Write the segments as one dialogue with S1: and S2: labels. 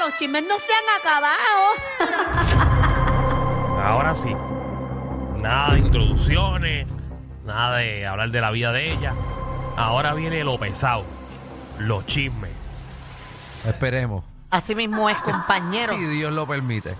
S1: los chismes no se han acabado.
S2: Ahora sí. Nada de introducciones, nada de hablar de la vida de ella. Ahora viene lo pesado, los chismes.
S3: Esperemos.
S4: Así mismo es, compañeros.
S3: Si Dios lo permite.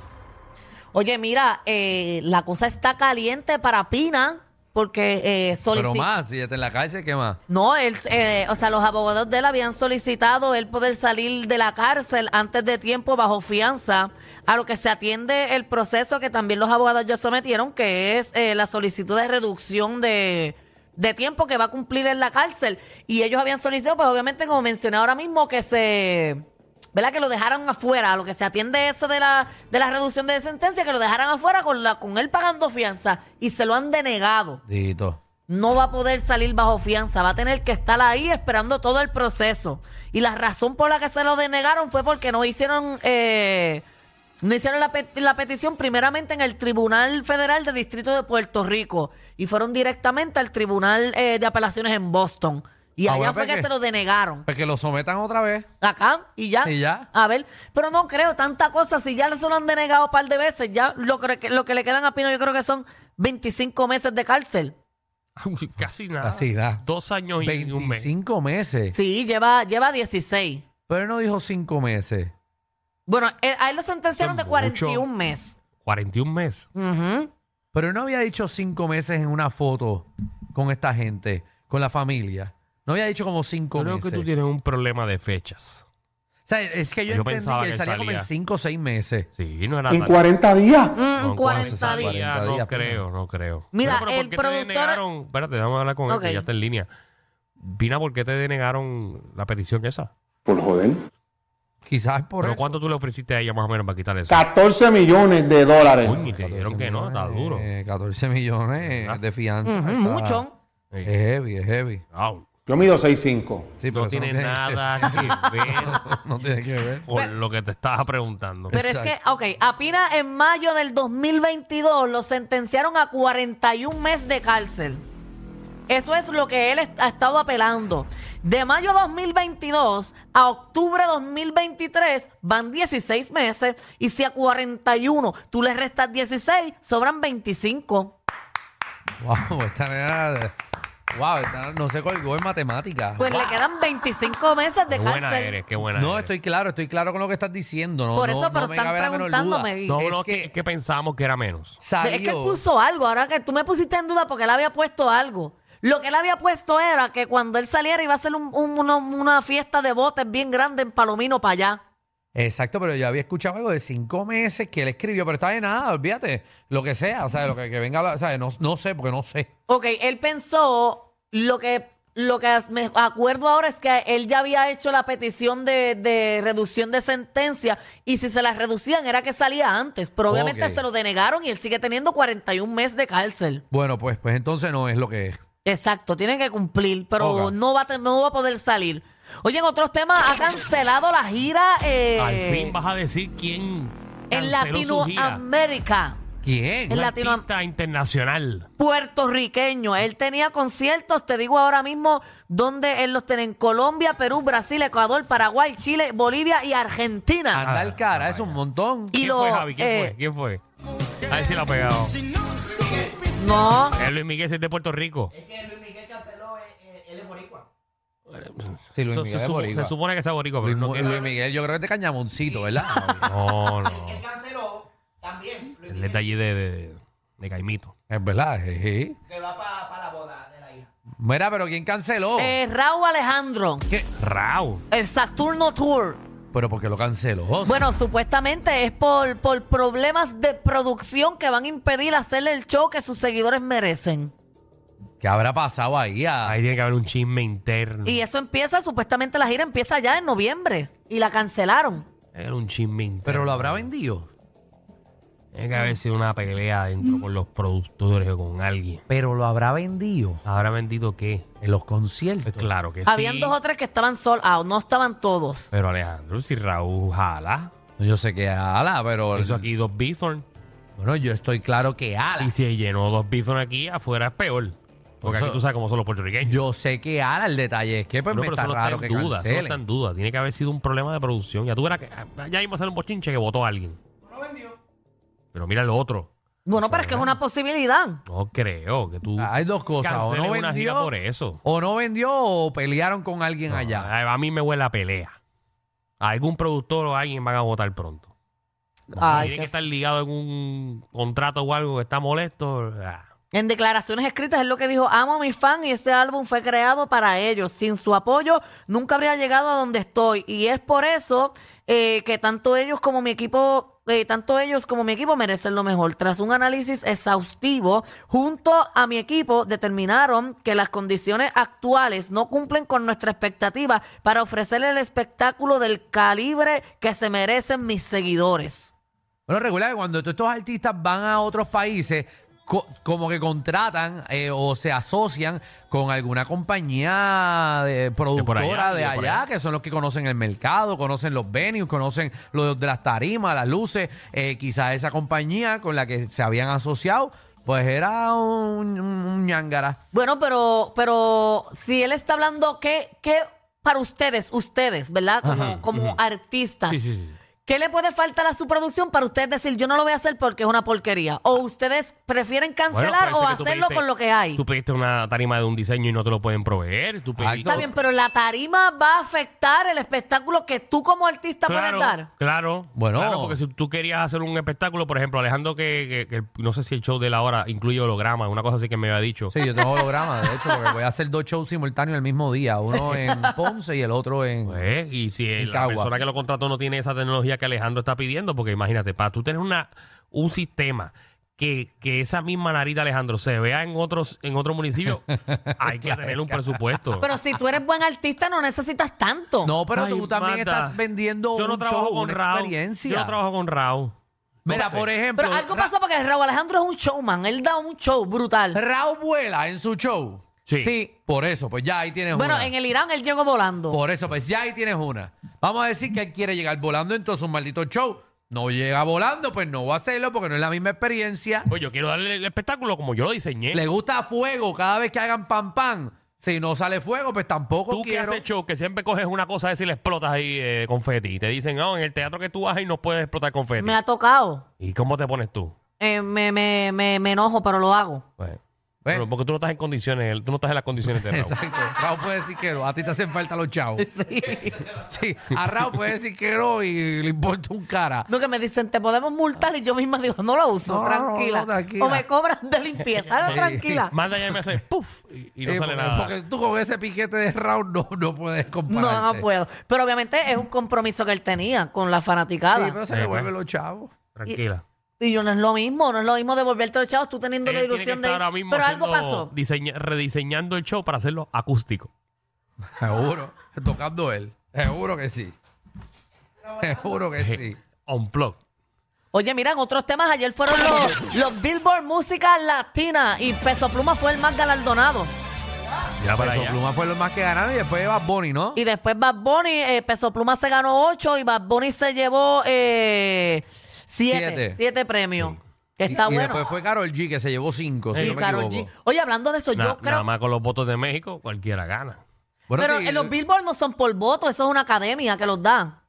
S4: Oye, mira, eh, la cosa está caliente para Pina porque eh, solicitó...
S3: Pero más, si ya está en la cárcel, ¿qué más?
S4: No, él, eh, o sea, los abogados de él habían solicitado el poder salir de la cárcel antes de tiempo bajo fianza, a lo que se atiende el proceso que también los abogados ya sometieron, que es eh, la solicitud de reducción de, de tiempo que va a cumplir en la cárcel. Y ellos habían solicitado, pues obviamente, como mencioné ahora mismo, que se... ¿Verdad? Que lo dejaron afuera, a lo que se atiende eso de la, de la reducción de sentencia, que lo dejaran afuera con, la, con él pagando fianza y se lo han denegado
S3: Dito.
S4: no va a poder salir bajo fianza, va a tener que estar ahí esperando todo el proceso. Y la razón por la que se lo denegaron fue porque no hicieron, eh, no hicieron la, pe- la petición primeramente en el Tribunal Federal de Distrito de Puerto Rico y fueron directamente al Tribunal eh, de Apelaciones en Boston. Y
S3: Ah,
S4: allá
S3: bueno,
S4: fue que
S3: porque-
S4: se lo denegaron.
S3: Pues que lo sometan otra vez.
S4: Acá y ya.
S3: Y ya.
S4: A ver, pero no creo tanta cosa. Si ya se lo han denegado un par de veces, ya lo, cre- que, lo que le quedan a Pino yo creo que son 25 meses de cárcel.
S2: Casi nada.
S3: Así da.
S2: Dos años y un mes.
S3: 25 meses.
S4: Sí, lleva, lleva 16.
S3: Pero él no dijo 5 meses.
S4: Bueno, él- a él lo sentenciaron
S2: Son
S4: de 41
S2: mucho.
S4: meses.
S2: 41 meses.
S4: Ujú. Mm,
S3: Pero él no había dicho 5 meses en una foto con esta gente, con la familia. No había dicho como 5
S2: Creo
S3: meses.
S2: que tú tienes un problema de fechas.
S3: O sea, es que yo,
S2: Yo
S3: entendí
S2: pensaba
S3: que él
S2: que
S3: salía como en
S2: salía.
S3: 5 o 6 meses.
S2: Sí, no era
S5: En
S2: tan-
S5: 40 días.
S4: Mm,
S2: no,
S4: 40 días.
S3: 40
S2: No
S3: días, pues,
S2: creo, no creo.
S4: Mira,
S2: Pero, pero, ¿por
S4: el
S2: qué
S4: productor-
S2: Te denegaron? Espérate, vamos a hablar con él,
S4: Ok.
S2: que ya está en línea. Vina, ¿por qué te denegaron la petición esa?
S5: Por joder.
S3: Quizás por
S2: ¿Pero
S3: eso.
S2: cuánto tú le ofreciste a ella más o menos para quitar eso?
S5: 14 millones de dólares.
S2: Coño, y te dijeron que no, está duro.
S3: Eh, 14 millones eh,
S2: Ah.
S3: de fianza.
S4: Ujú,
S3: Está-
S4: Mucho.
S3: Es heavy, es heavy.
S2: Au,
S5: Yo mido 6'5.
S3: Sí, pero
S2: no
S3: eso
S2: tiene nada que ver
S3: no tiene que ver.
S2: con lo que te estaba preguntando.
S4: Pero es que,
S3: Exacto.
S4: ok, a Pina en mayo del 2022 lo sentenciaron a 41 meses de cárcel. Eso es lo que él est- ha estado apelando. De mayo 2022 a octubre 2023 van 16 meses y si a 41 tú le restas 16, sobran 25.
S3: Wow, esta nena. Wow, esta nena no se colgó en matemática.
S4: Pues le quedan 25 meses de
S2: Qué buena
S4: cárcel.
S2: eres, qué buena
S3: no,
S2: eres.
S3: estoy claro, estoy claro con lo que estás diciendo. No,
S4: Por
S3: no-
S4: eso,
S3: no
S4: pero
S3: me
S4: están
S3: cabe la menor
S4: preguntándome.
S3: duda.
S2: No,
S3: es
S2: no,
S3: que,
S2: que, que pensamos que era menos.
S3: salió.
S4: Es que él puso algo, ahora que tú me pusiste en duda porque él había puesto algo. Lo que él había puesto era que cuando él saliera iba a hacer un- un- una, una fiesta de botes bien grande en Palomino para allá.
S3: Exacto, pero yo había escuchado algo de cinco meses que él escribió, pero está de nada, olvídate. Lo que sea, o sea, lo que, que venga, la- o sea, no, no sé, porque no sé.
S4: Ok, él pensó, lo que, lo que as- me acuerdo ahora es que él ya había hecho la petición de, de reducción de sentencia y si se la reducían era que salía antes, pero obviamente
S3: Ok.
S4: se lo denegaron y él sigue teniendo 41 meses de cárcel.
S3: Bueno, pues, pues entonces no es lo que es.
S4: Exacto, tienen que cumplir, pero
S3: Ok.
S4: no, va a, te- no va a poder salir. Oye, en otros temas, ha cancelado la gira eh,
S2: Al fin vas a decir quién
S4: en
S2: canceló su gira.
S4: Latinoamérica,
S3: ¿Quién?
S4: en
S2: Un
S4: Latinoam-
S2: artista internacional.
S4: puertorriqueño. Él tenía conciertos, te digo ahora mismo, donde él los tiene en Colombia, Perú, Brasil, Ecuador, Paraguay, Chile, Bolivia y Argentina.
S2: Ah.
S3: Anda el cara, es un montón.
S4: Ah. Y
S2: ¿Quién
S4: lo,
S2: fue, Javi? ¿Quién
S4: eh,
S2: fue? ¿Quién fue? A ver si la ha pegado.
S4: No,
S2: Es Luis Miguel, ese es de Puerto Rico. Es que eh, Luis Miguel canceló, él es boricua.
S3: Sí, Luis Miguel
S2: se,
S3: es
S2: supo-
S3: boricua.
S2: se supone que sea boricua, pero
S3: Luis,
S2: no que-
S3: Luis Miguel, yo creo que es de Cañamoncito, ¿verdad?
S2: No, no. Él canceló también. Él es de allí de, de, de Caimito.
S3: es verdad, sí. Que va para la boda de la hija. Mira, pero ¿quién canceló?
S4: eh, Raúl Alejandro,
S2: Rao.
S4: el Saturno Tour.
S3: Pero porque lo canceló.
S4: Bueno, supuestamente es por, por problemas de producción que van a impedir hacerle el show que sus seguidores merecen.
S3: ¿Qué habrá pasado ahí? ah?
S2: Ahí tiene que haber un chisme interno.
S4: Y eso empieza, supuestamente la gira empieza ya en noviembre. Y la cancelaron.
S2: Era un chisme interno.
S3: Pero lo habrá vendido.
S2: Tiene que haber sido una pelea dentro con los productores o con alguien.
S3: Pero lo habrá vendido
S2: ¿Habrá vendido qué?
S3: en los conciertos.
S2: Pues claro que
S4: Habían
S2: sí.
S4: dos o tres que estaban sol out, no estaban todos.
S2: Pero Alejandro, si Raúl jala,
S3: Yo sé que ala, pero.
S2: hizo aquí dos Bithorn.
S3: Bueno, yo estoy claro que ala.
S2: Y si llenó dos Bison aquí, afuera es peor. Porque aquí
S3: Eso-
S2: tú sabes cómo son los puertorriqueños.
S3: Yo sé que ahora el detalle es que pues
S2: No,
S3: me
S2: pero
S3: está
S2: eso no
S3: raro
S2: está
S3: que
S2: en duda, eso no está
S3: cancelen.
S2: en duda. Tiene que haber sido un problema de producción. Ya tú verás que ah, ya iba a ser un bochinche que votó a alguien. Pero mira lo otro.
S4: Bueno, pero es que es una posibilidad.
S2: No creo que tú
S3: Hay dos cosas, Ah, o
S2: canceles
S3: no
S2: una gira
S3: vendió,
S2: por eso.
S3: o no vendió o pelearon con alguien
S4: Ah,
S3: allá.
S2: A, a mí me huele a pelea. A algún productor o alguien van a votar pronto.
S4: Ay,
S2: Tiene
S4: qué
S2: que estar ligado a algún contrato o algo que está molesto. Ah.
S4: En declaraciones escritas es lo que dijo, amo a mis fans y este álbum fue creado para ellos. Sin su apoyo nunca habría llegado a donde estoy. Y es por eso eh, que tanto ellos como mi equipo... eh, tanto ellos como mi equipo merecen lo mejor. Tras un análisis exhaustivo, junto a mi equipo determinaron que las condiciones actuales no cumplen con nuestra expectativa para ofrecerle el espectáculo del calibre que se merecen mis seguidores.
S3: Bueno, regular que cuando todos estos artistas van a otros países, co- como que contratan eh, o se asocian con alguna compañía de productora de,
S2: allá, de por
S3: allá,
S2: allá.
S3: que son los que conocen el mercado, conocen los venues, conocen los de las tarimas, las luces. Eh, quizás esa compañía con la que se habían asociado, pues era un, un, un ñángara.
S4: Bueno, pero, pero si él está hablando, ¿qué, qué para ustedes, ustedes, ¿verdad? Como, como artistas. ¿Qué le puede faltar a su producción para ustedes decir yo no lo voy a hacer porque es una porquería? ¿O ustedes prefieren
S2: Ah. Bueno,
S4: cancelar
S2: puede
S4: o
S2: ser que tú
S4: hacerlo
S2: pediste-
S4: con lo que hay?
S2: Tú pediste una tarima de un diseño y no te lo pueden proveer. Tú
S3: Exacto.
S2: pediste-
S4: Está bien, pero la tarima va a afectar el espectáculo que tú como artista
S2: Claro,
S4: puedes dar.
S2: claro.
S3: Bueno.
S2: Claro, porque si tú querías hacer un espectáculo, por ejemplo, Alejandro, que, que- que el- no sé si el show de la hora incluye holograma, una cosa así que me había dicho.
S3: Sí, yo tengo holograma, de hecho, porque voy a hacer dos shows simultáneos el mismo día, uno en Ponce y el otro en...
S2: Pues, y si el- la
S3: Cagua.
S2: persona que lo contrató no tiene esa tecnología que Alejandro está pidiendo, porque imagínate, para tú tener una, un sistema que, que esa misma nariz de Alejandro se vea en otros en otro municipio, hay que tener un presupuesto.
S4: Pero si tú eres buen artista no necesitas tanto.
S3: No, pero
S2: Ay,
S3: tú también
S2: Magda,
S3: estás vendiendo
S2: yo no
S3: un
S2: trabajo
S3: show,
S2: con
S3: una
S2: Raúl,
S3: experiencia.
S2: Yo no trabajo con Raúl. No
S3: Mira,
S2: sé.
S3: por ejemplo,
S4: pero algo
S3: Ra-
S4: pasó porque Raúl Alejandro es un showman. Él da un show brutal.
S3: Raúl vuela en su show.
S2: Sí.
S3: Por eso, pues ya ahí tienes
S4: Bueno,
S3: una.
S4: en el Irán él llegó volando.
S3: Por eso, pues ya ahí tienes una. Vamos a decir que él quiere llegar volando entonces un maldito show. No llega volando, pues no va a hacerlo porque no es la misma experiencia.
S2: Pues yo quiero darle el espectáculo como yo lo diseñé.
S3: Le gusta fuego cada vez que hagan pan pan. Si no sale fuego, pues tampoco
S2: Tú que
S3: quiero.
S2: has hecho que siempre coges una cosa de y le explotas ahí eh, confeti. Y te dicen, no, en el teatro que tú vas ahí no puedes explotar confeti.
S4: Me ha tocado.
S2: ¿Y cómo te pones tú? Pues,
S4: Eh, me, me, me, me enojo, pero lo hago.
S2: Bueno,
S3: Bueno.
S2: pero porque tú no estás en condiciones, tú no estás en las condiciones de Raúl.
S3: Exacto. Raúl puede decir que no. A ti te hacen falta los chavos. Sí. A Raúl puede decir que no y le importa un cara.
S4: No, que me dicen, te podemos multar y yo misma digo, no lo uso,
S3: No,
S4: tranquila.
S3: no, tranquila.
S4: O me cobras de limpieza, no,
S2: Sí.
S4: tranquila.
S2: Manda ya y me hace puff y, y no
S3: Eh,
S2: sale
S3: porque,
S2: nada.
S3: porque tú con ese piquete de Raúl no, no puedes compararte.
S4: No, no puedo. Pero obviamente es un compromiso que él tenía con la fanaticada.
S3: Sí, pero se
S2: Sí,
S3: le
S2: bueno.
S3: vuelven los chavos.
S2: Tranquila.
S4: Y yo no es lo mismo, no es lo mismo devolverte los chavos, tú teniendo
S2: Él
S4: la
S2: tiene que
S4: ilusión de.
S2: estar
S4: ir.
S2: ahora mismo
S4: pero algo
S2: haciendo-
S4: pasó.
S2: diseña- rediseñando el show para hacerlo acústico.
S3: Seguro. Tocando él. Seguro que sí. Seguro que sí.
S2: On plug.
S4: Oye, mira, en otros temas, ayer fueron los, los Billboard Música Latina y Peso Pluma fue el más galardonado.
S2: Ya para
S3: Peso
S2: allá.
S3: Pluma fue lo más que ganaron y después Bad Bunny, ¿no?
S4: Y después Bad Bunny, eh, Peso Pluma se ganó 8 y Bad Bunny se llevó eh, siete,
S3: Siete.
S4: siete. premios. Que
S3: Y-
S4: está
S3: y
S4: bueno.
S3: después fue Carol G que se llevó cinco, si
S4: Y
S3: no me
S4: Karol G.
S3: equivoco.
S4: Oye, hablando de eso,
S2: Na-
S4: yo creo.
S2: Nada más con los votos de México, cualquiera gana.
S3: Bueno,
S4: pero
S3: sí,
S4: eh, los Billboard no son por voto, eso es una academia que los da.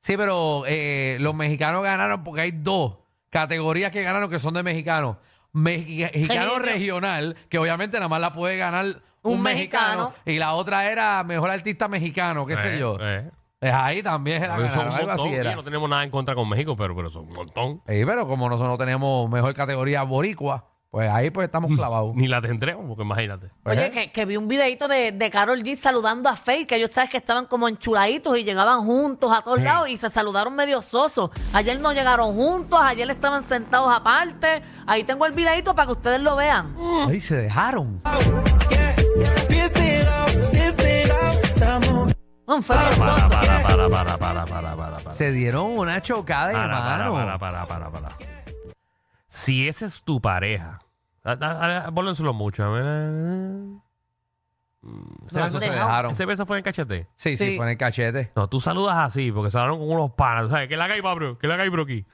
S3: Sí, pero eh, los mexicanos ganaron porque hay dos categorías que ganaron que son de mexicanos. Mexica- Mexicano
S4: Genio.
S3: regional, que obviamente nada más la puede ganar un,
S4: Un
S3: mexicano,
S4: mexicano.
S3: Y la otra era mejor artista mexicano, qué sé
S2: Eh,
S3: yo.
S2: eh.
S3: Es ahí también se la
S2: Porque son
S3: ganaron,
S2: un
S3: algo así
S2: montón.
S3: era.
S2: Oye, no tenemos nada en contra con México, pero, pero son un montón.
S3: Ey, pero como nosotros no tenemos mejor categoría boricua, pues ahí pues estamos clavados.
S2: Ni la tendremos, porque imagínate.
S3: Pues,
S4: Oye, que, que vi un videito de, de Carol G saludando a Faye, que ellos sabes que estaban como enchuladitos y llegaban juntos a todos
S2: Sí.
S4: lados y se saludaron medio sosos. Ayer no llegaron juntos, ayer estaban sentados aparte. Ahí tengo el videito para que ustedes lo vean.
S3: Ahí se dejaron.
S4: Un
S2: Para,
S4: feliz
S2: para,
S3: Ah,
S4: soso.
S2: para, para, para, para, para, para, para.
S3: Se dieron una chocada de
S2: Para, para,
S3: mano.
S2: para, para, para, para. Si esa es tu pareja, a- a- a- ponlo en slow mucho. a ver, eh, mm, Ese
S3: No,
S2: beso
S3: se
S2: se-
S3: dejaron.
S2: ese beso fue en el cachete.
S3: Sí, sí,
S4: Sí.
S3: fue en el cachete.
S2: No, tú saludas así, porque saludaron con unos panas. ¿Sabes? ¿Qué la hay, Pablo? ¿Qué la hay, bro, aquí?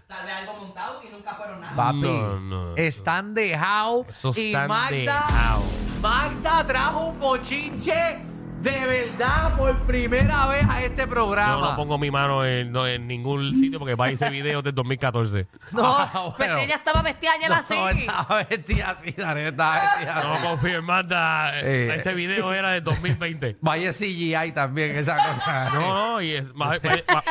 S3: Papi,
S2: No, no, no.
S3: están dejados.
S2: Eso
S3: Y
S2: está
S3: Magda
S2: dejado.
S3: Magda trajo un bochinche de verdad por primera vez a este programa.
S2: Yo no pongo mi mano en, no, en ningún sitio porque va a irse videos del 2014.
S4: No,
S3: Ah,
S4: pues
S3: bueno.
S4: ella estaba vestida ayer así.
S3: No, estaba vestida así, Daniel, estaba vestida así.
S2: No confío en Magda.
S3: Ah, Eh.
S2: Ese video era de 2020.
S3: Vaya CGI también esa cosa. Eh,
S2: No, no, y es más. más- más-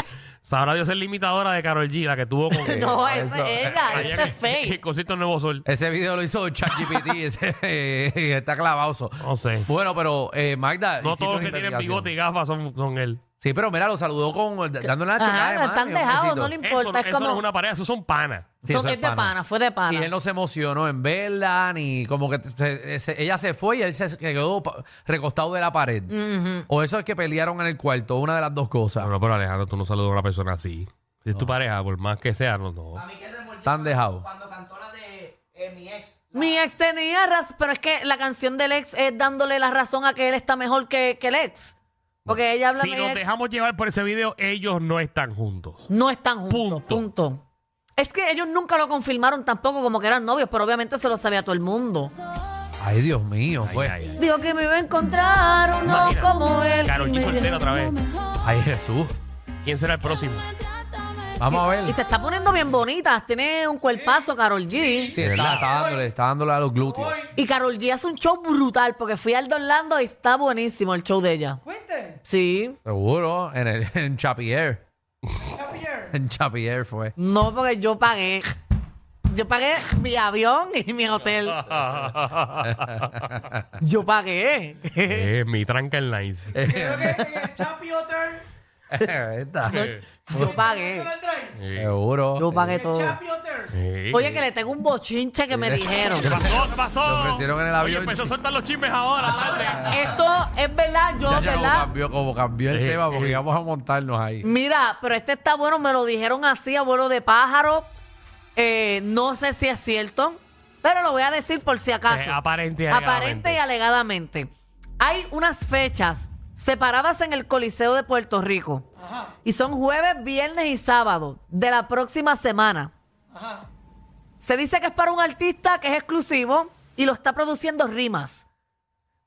S2: Sabrá Dios es limitadora de Carol G, la que tuvo con.
S4: No,
S3: eso-
S4: esa es ella,
S2: Allá
S4: esa es
S2: que- Que
S4: fake.
S2: cosito Nuevo Sol.
S3: Ese video lo hizo ChatGPT, ese, eh, está clavado.
S2: No sé.
S3: Bueno, pero eh, Magda.
S2: No
S3: hiciste
S2: todos los
S3: una
S2: que tienen
S3: investigación.
S2: bigote y gafas son, son él.
S3: Sí, pero mira, lo saludó con dándole una
S4: Ajá,
S3: chocada.
S4: no, están dejados, no le
S2: Eso,
S4: importa. es
S2: eso no es
S4: como.
S2: una pareja, eso son panas.
S3: Sí,
S4: son-
S3: eso
S4: es
S3: es
S4: de
S3: pana.
S4: pana, fue de
S3: Y
S4: pana.
S3: él no se emocionó en verla, ni como que se- se- ella se fue y él se quedó pa- recostado de la pared. O eso es que pelearon en el cuarto, una de las dos cosas.
S2: No, pero Alejandro, tú no saludas a una persona así. Si es tu pareja, por más que sea, no. no.
S3: Están dejados.
S2: eh,
S4: Mi ex tenía razón, pero es que la canción del ex es dándole la razón a que él está mejor que, que el ex. Porque ella habla
S2: Si
S4: mi
S2: nos
S4: ex-
S2: dejamos llevar por ese video, ellos no están juntos.
S4: No están juntos.
S2: Punto.
S4: punto. Es que ellos nunca lo confirmaron tampoco como que eran novios, pero obviamente se lo sabía todo el mundo.
S3: Ay, Dios mío,
S2: Ay,
S3: pues.
S2: ay, ay.
S4: Dijo que me iba a encontrar uno
S2: Imagina,
S4: como él.
S2: Karol
S4: que
S2: G
S4: me-
S2: soltera otra vez.
S3: Ay, Jesús.
S2: ¿Quién será el próximo?
S3: Vamos a ver.
S4: Y se está poniendo bien bonita. Tiene un cuerpazo, Carol G.
S3: Sí, está, está dándole, está dándole a los glúteos.
S4: Y Carol G hace un show brutal porque fui al de Orlando y está buenísimo el show de ella. Sí.
S3: Seguro, en el en Chapier. en Chapier fue.
S4: No, porque yo pagué. Yo pagué mi avión y mi hotel. Yo pagué.
S2: Eh, mi tranca en lines.
S3: Esta.
S4: Yo pagué.
S2: Eh,
S3: Seguro.
S4: Yo pagué Ah, todo.
S2: eh.
S4: Oye, que le tengo un bochinche que me dijeron.
S2: ¿Qué pasó? ¿Qué pasó?
S3: Lo ofrecieron en el avión.
S2: Oye, pues, empezó a soltar los chismes ahora, tarde.
S4: Esto es verdad, yo,
S3: Ya, ya como
S4: ¿verdad?
S3: cambió, como cambió el
S2: Eh,
S3: tema, porque
S2: eh.
S3: íbamos a montarnos ahí.
S4: Mira, pero este está bueno, me lo dijeron así, abuelo de pájaro. Eh, no sé si es cierto, pero lo voy a decir por si
S2: Eh,
S4: acaso.
S2: aparente y
S4: Aparente y alegadamente. Hay unas fechas separadas en el Coliseo de Puerto Rico. Y son jueves, viernes y sábado de la próxima semana. Se dice que es para un artista que es exclusivo y lo está produciendo rimas.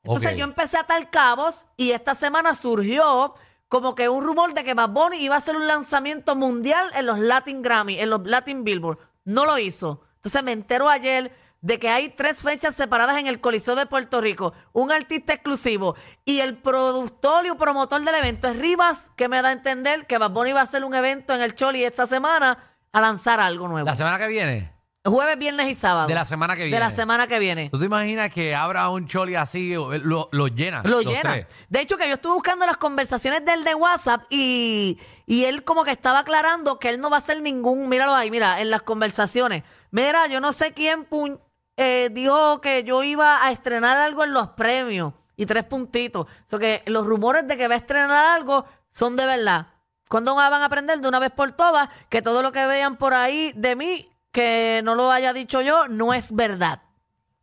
S4: Entonces
S3: Ok.
S4: yo empecé a atar cabos y esta semana surgió como que un rumor de que Bad Bunny iba a hacer un lanzamiento mundial en los Latin Grammy, en los Latin Billboard. No lo hizo. Entonces me entero ayer de que hay tres fechas separadas en el Coliseo de Puerto Rico, un artista exclusivo y el productor y promotor del evento es Rivas, que me da a entender que Bad Bunny va a hacer un evento en el Choli esta semana a lanzar algo nuevo.
S3: La semana que viene.
S4: Jueves, viernes y sábado.
S3: De la semana que
S4: De la
S3: viene.
S4: semana que viene.
S3: ¿Tú te imaginas que abra un choli así, o- eh, lo, lo llena?
S4: Lo
S3: los
S4: llena.
S3: tres?
S4: De hecho, que yo estuve buscando las conversaciones del de WhatsApp y, y él como que estaba aclarando que él no va a hacer ningún, míralo ahí, mira, en las conversaciones. Mira, yo no sé quién puñ- eh, dijo que yo iba a estrenar algo en los premios y tres puntitos. O sea, que los rumores de que va a estrenar algo son de verdad. ¿Cuándo van a aprender de una vez por todas que todo lo que vean por ahí de mí, que no lo haya dicho yo, no es verdad?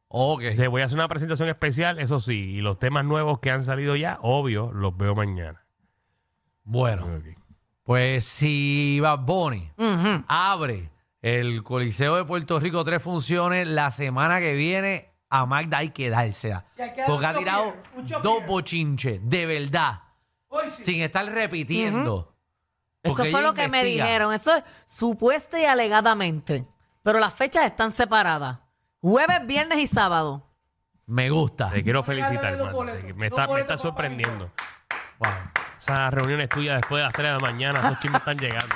S3: Ok.
S2: Dice, voy a hacer una presentación especial, eso sí. Y los temas nuevos que han salido ya, obvio, los veo mañana.
S3: Bueno, pues si Bad Bunny abre el Coliseo de Puerto Rico tres funciones la semana que viene, a Magda hay que dársela. Porque ha tirado dos bochinches, de verdad, sin estar repitiendo.
S4: Eso
S3: Porque
S4: fue
S3: ella
S4: lo que me
S3: investiga.
S4: dijeron. Eso es supuesta y alegadamente. Pero las fechas están separadas. Jueves, viernes y sábado.
S3: Me gusta.
S2: Te quiero felicitar, Magda. Te- Me está, me está sorprendiendo.
S3: Wow.
S2: Esas reuniones tuyas después de las 3 de la mañana, esos chismes están llegando.